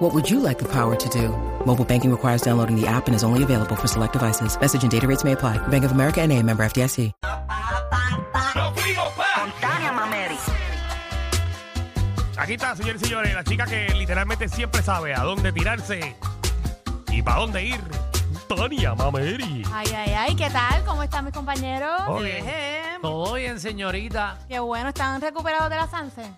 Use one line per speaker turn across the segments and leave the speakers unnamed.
What would you like the power to do? Mobile banking requires downloading the app and is only available for select devices. Message and data rates may apply. Bank of America and a member FDIC.
¡No fuimos pa!
Tania Mameri.
Aquí está, señores y señores, la chica que literalmente siempre sabe a dónde tirarse y para dónde ir. Tania Mameri.
Ay, ay, ay, ¿qué tal? ¿Cómo están mis compañeros?
Todo bien.
Bien. Todo bien, señorita.
Qué bueno, ¿están recuperados de la Sanse?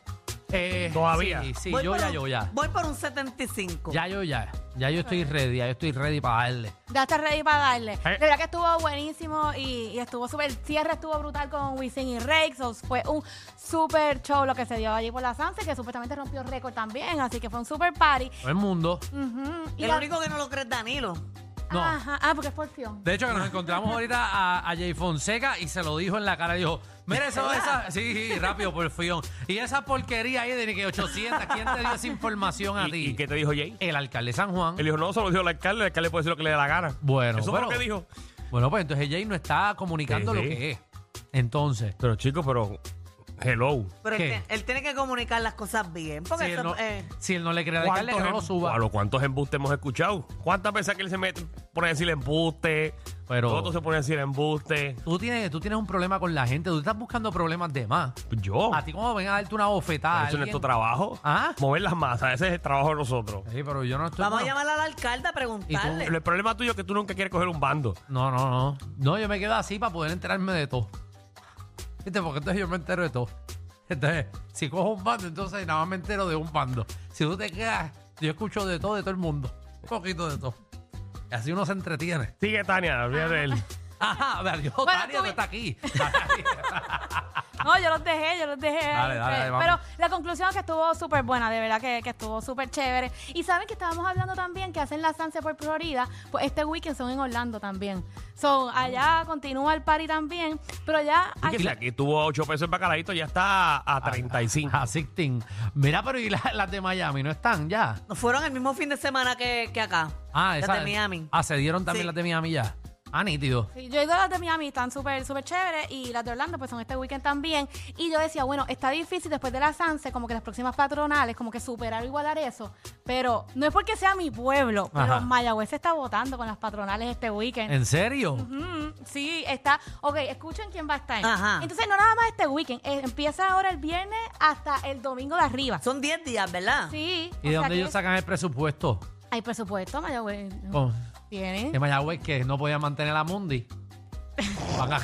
Eh,
Todavía.
Sí, sí,
Voy
yo
por
ya,
un-
yo ya.
Voy por un 75.
Ya, yo ya. Ya yo estoy ready, ya yo estoy ready para darle.
Ya está ready para darle.
Eh.
De verdad que estuvo buenísimo y, y estuvo súper, el cierre estuvo brutal con Wisin y Rex. Fue un súper show lo que se dio allí por la Sanse, que supuestamente rompió récord también, así que fue un súper party.
Todo el mundo.
Ujú, y
El
la-
único que no lo cree es Danilo.
No.
Ajá, ah, porque es porción.
De hecho, que nos encontramos ahorita a, a Jay Fonseca y se lo dijo en la cara. Dijo, mira eso, esa. Sí, sí, rápido, por fión. Y esa porquería ahí de que 800. ¿Quién te dio esa información a
¿Y,
ti?
y qué te dijo Jay?
El alcalde de San Juan.
Él dijo, no, solo dijo el alcalde, el alcalde puede decir lo que le dé la gana.
Bueno,
Eso
pero-
fue lo que dijo.
Bueno, pues entonces Jay no está comunicando
Sí,
lo
sí.
que es. Entonces.
Pero chicos, pero hello.
Pero él,
¿Qué?
te- él tiene que comunicar las cosas bien. Porque
Si él,
eso,
no,
eh,
si él no le cree al alcalde, que no lo
em-
suba.
a lo cuántos embustes hemos escuchado? ¿Cuántas veces que él se mete pone a decir embuste?
Pero-
Otro se pone a decir embuste.
Tú tienes, tú tienes un problema con la gente. Tú estás buscando problemas de más.
Yo.
A ti como ven a darte una bofetada. a
Oh. Eso no es
alguien.
tu trabajo.
Ah.
Mover las masas, ese es el trabajo de nosotros.
Sí, pero yo no estoy.
vamos a
bueno,
llamar al alcalde a preguntarle.
El problema tuyo es que tú nunca quieres coger un bando.
No, no, no. No, yo me quedo así para poder enterarme de todo. ¿Viste? Porque entonces yo me entero de todo. Entonces, si cojo un bando, entonces nada más me entero de un bando. Si tú te quedas, yo escucho de todo, de todo el mundo. Un poquito de todo. Y así uno se entretiene.
Sigue, Tania, olvídate de él.
Ajá, a ver, yo,
Bueno,
Tania,
tú
no
vi-
está aquí.
No, yo los dejé, yo los dejé.
Dale, dale, dale, vamos.
Pero la conclusión es que estuvo súper buena, de verdad que, que estuvo súper chévere. Y saben que estábamos hablando también que hacen la Sanse por Florida, pues este weekend son en Orlando también. So, allá continúa el party también, pero ya
Y que si aquí tuvo 8 pesos el bacaladito, ya está a 35.
A 16. Mira, pero ¿y la- las de Miami no están ya?
Nos fueron el mismo fin de semana que, que acá.
Ah,
Las
esa-
de Miami.
Ah, se dieron también
Sí.
las de Miami ya. Ah, nítido.
Sí, Yo digo las de Miami están súper, súper chéveres y las de Orlando pues son este weekend también. Y yo decía, bueno, está difícil después de la Sanse, como que las próximas patronales, como que superar o igualar eso. Pero no es porque sea mi pueblo, pero
Ajá.
Mayagüez se está votando con las patronales este weekend.
¿En serio?
Mm, sí, está. Ok, escuchen quién va a estar.
Ajá.
Entonces, no nada más este weekend. eh, empieza ahora el viernes hasta el domingo de arriba.
Son 10 días, ¿verdad?
Sí. o
¿Y de
sea
dónde
que
ellos sacan el presupuesto?
Hay presupuesto, Mayagüez.
Oh,
Tienen.
De Mayagüez que no podía mantener a Mundi. Van a-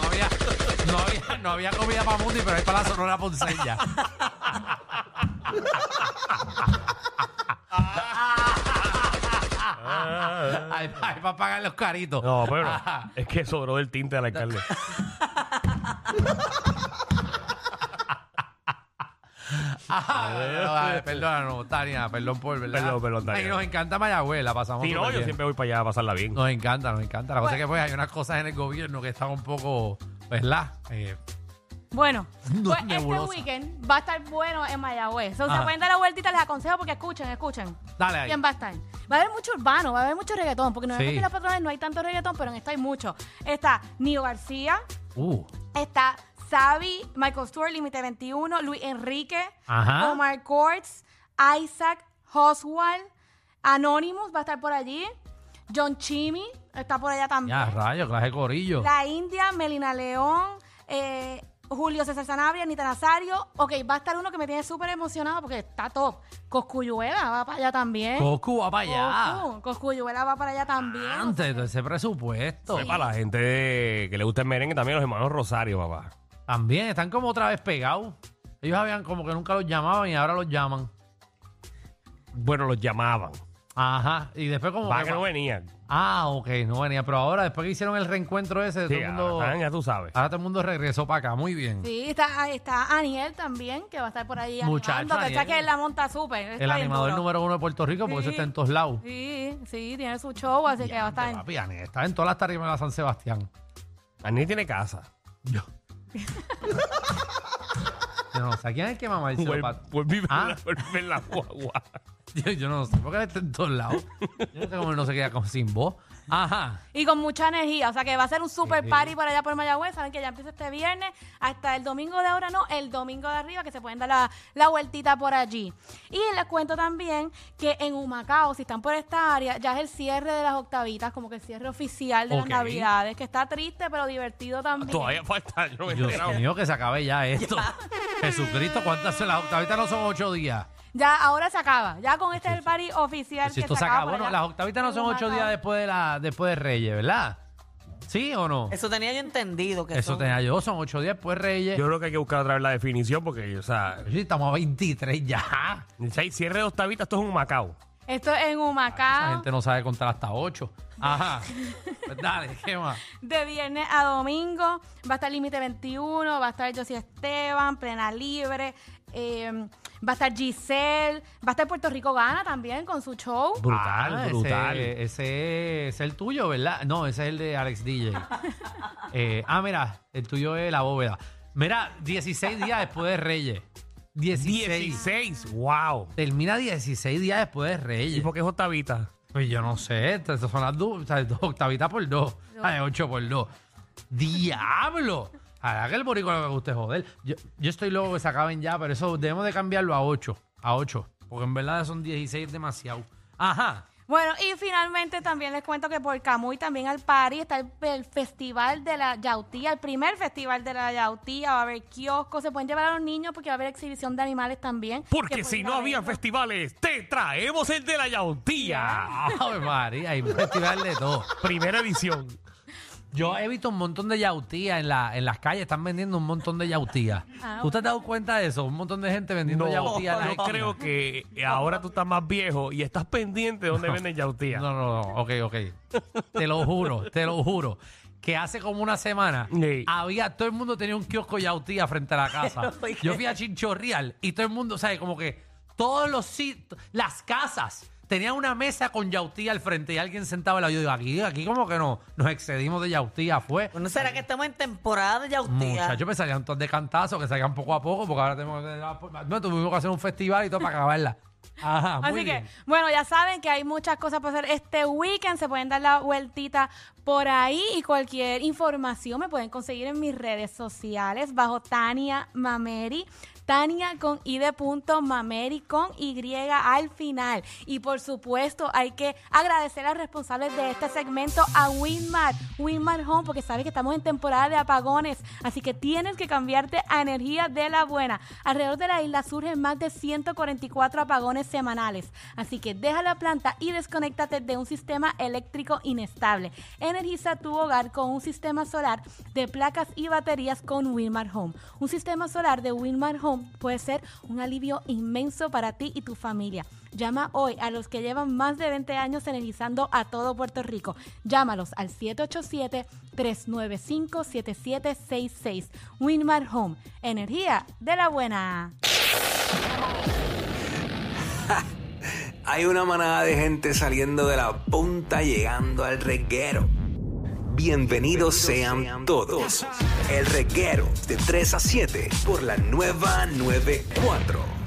No había, no había, no había comida para Mundi, pero hay para la Sonora Ponceña. Hay, para pagar los caritos.
No, pero es que sobró del tinte al alcalde.
Ah, perdóname, perdónanos, Tania, perdón por, ¿verdad?
Perdón, perdón, Tania.
Ay, nos encanta Mayagüez, la pasamos
Si no,
súper
yo
bien.
siempre voy para allá a pasarla bien.
Nos encanta, nos encanta. La cosa es que pues hay unas cosas en el gobierno que están un poco, ¿verdad? Eh,
Bueno,
No,
pues este
nebulosa.
weekend va a estar bueno en Mayagüez. So, se
Ajá.
pueden dar la vueltita, les aconsejo porque escuchen, escuchen.
dale ahí.
¿Quién va a estar? Va a haber mucho urbano, va a haber mucho reggaetón, porque normalmente
Sí.
en la patronal no hay tanto reggaetón, pero en esta hay mucho. Está Nio García,
Uh,
Está Xavi, Michael Stewart, Límite 21, Luis Enrique,
Ajá.
Omar Courts, Isaac Oswald, Anonymous va a estar por allí, John Chimmy está por allá también,
ya, rayos, clase de corillo.
La India, Melina León, eh, Julio César Sanabria, Anita Nazario. Ok, va a estar uno que me tiene súper emocionado porque está top. Coscuyuela va para allá también.
Cocu va para allá.
Coscu, Coscuyuela va para allá también.
Antes de ese presupuesto.
Fue Para la gente de- que le gusta el merengue, también los hermanos Rosario, papá.
También están como otra vez pegados. Ellos habían como que nunca los llamaban y ahora los llaman.
Bueno, los llamaban.
Ajá. Y después como
Para que
que
no venían.
Ah, ok, no venía. Pero ahora, después que hicieron el reencuentro ese, todo
Sí,
el mundo,
ah, ya tú sabes.
ahora todo el mundo regresó para acá. Muy bien.
Sí, está, está Aniel también, que va a estar por ahí
Muchacho,
animando, que está
Aniel.
que él la monta súper. está
el
bien
animador
duro.
número uno de Puerto Rico, porque
Sí.
eso está en todos lados.
Sí, sí, tiene su show, así que va a estar...
Papi, Ani, está en todas las tarimas de la San Sebastián.
Ani tiene casa.
Yo. yo no sé, ¿a quién es el que mamá
Vuel- Vuelve
Ah.
a volver la guagua.
yo, yo no sé, porque él está en todos lados. Yo no sé cómo él no se queda con, sin voz. Ajá.
Y con mucha energía, o sea que va a ser un super party por allá por Mayagüez. Saben que ya empieza este viernes hasta el domingo de ahora, no, el domingo de arriba, que se pueden dar la, la vueltita por allí. Y les cuento también que en Humacao, si están por esta área, ya es el cierre de las octavitas, como que el cierre oficial de
Ok.
las Navidades, que está triste pero divertido también.
Todavía falta, yo no me he enterado.
Dios mío, que se acabe ya esto. Jesucristo, ¿cuántas son las octavitas? No son ocho días.
Ya ahora se acaba, ya con este es el party oficial.
Si
que
esto
se
se
acaba
acaba,
por
bueno,
allá
las octavitas no
en
son ocho
Humacao.
días después de, la, después de Reyes, ¿verdad? ¿Sí o no?
Eso tenía yo entendido que
Eso
son-
tenía yo, son ocho días después de Reyes.
Yo creo que hay que buscar otra vez la definición porque, o sea,
Oye, Estamos a 23 ya.
si hay cierre de octavitas, esto es un Macao.
Esto es en
Esa
Humacao.
gente no sabe contar hasta 8. Ajá. Pues dale, ¿qué más?
De viernes a domingo va a estar Límite 21, va a estar Josie Esteban, Plena Libre, eh, va a estar Giselle, va a estar Puerto Rico Gana también con su show.
Brutal,
Ah,
brutal.
Ese, ese es el tuyo, ¿verdad? No, ese es el de Alex DJ. Eh, ah, mira, el tuyo es la bóveda. Mira, 16 días después de Reyes. 16.
16, wow.
Termina 16 días después de
¿Y
Reyes.
por qué es octavita?
Pues yo no sé, estas son las dos, o sea, dos octavitas por dos, Ah, de ocho por dos. ¡Diablo! Ahora que el boricua lo que guste joder. Yo, yo estoy loco que se acaben ya, pero eso debemos de cambiarlo a ocho, a ocho. Porque en verdad son 16 demasiado. Ajá.
Bueno, y finalmente también les cuento que por Camuy también al party está el, el festival de la yautía, el primer festival de la yautía, va a haber kioscos, se pueden llevar a los niños porque va a haber exhibición de animales también. que
Porque si
pueden
no
ir a
había
verlo.
festivales, te traemos el de la yautía.
Ave María, hay un festival de todo.
Primera edición.
Yo he visto un montón de yautías en, la, en las calles, están vendiendo un montón de yautías.
Ah,
¿Usted te has dado cuenta de eso? Un montón de gente vendiendo
No,
yautías. en las
yo
esquinas.
creo que ahora tú estás más viejo y estás pendiente de dónde venden yautía.
No, no, no, ok, ok. Te lo juro, te lo juro. Que hace como una semana
Sí.
había, todo el mundo tenía un kiosco yautía frente a la casa. Yo fui a Chinchorreal y todo el mundo, ¿sabes? Como que todos los sit- las casas tenían una mesa con yautía al frente y alguien sentaba la yo digo, aquí, aquí como que no, nos excedimos de yautía, fue.
Pues ¿No será que estamos en temporada de yautía?
Muchachos, me salían todos de cantazo, que salgan poco a poco, porque ahora tenemos que... tener la- No, tuvimos que hacer un festival y todo para acabarla. Ajá, Ah, muy
Así que,
bien.
bueno, ya saben que hay muchas cosas para hacer este weekend. Se pueden dar la vueltita por ahí y cualquier información me pueden conseguir en mis redes sociales bajo Tania Mameri. Tania con i de punto, Mameri con Y al final. Y por supuesto, hay que agradecer a los responsables de este segmento, a Winmar, Winmar Home, porque sabes que estamos en temporada de apagones, así que tienes que cambiarte a energía de la buena. Alrededor de la isla surgen más de 144 apagones semanales, así que deja la planta y desconéctate de un sistema eléctrico inestable. Energiza tu hogar con un sistema solar de placas y baterías con Winmar Home. Un sistema solar de Winmar Home puede ser un alivio inmenso para ti y tu familia. Llama hoy a los que llevan más de 20 años energizando a todo Puerto Rico. Llámalos al 787-395-7766. Winmar Home, energía de la buena.
Hay una manada de gente saliendo de la punta llegando al reguero. Bienvenidos sean todos. El reguero de 3 a 7 por la nueva 94.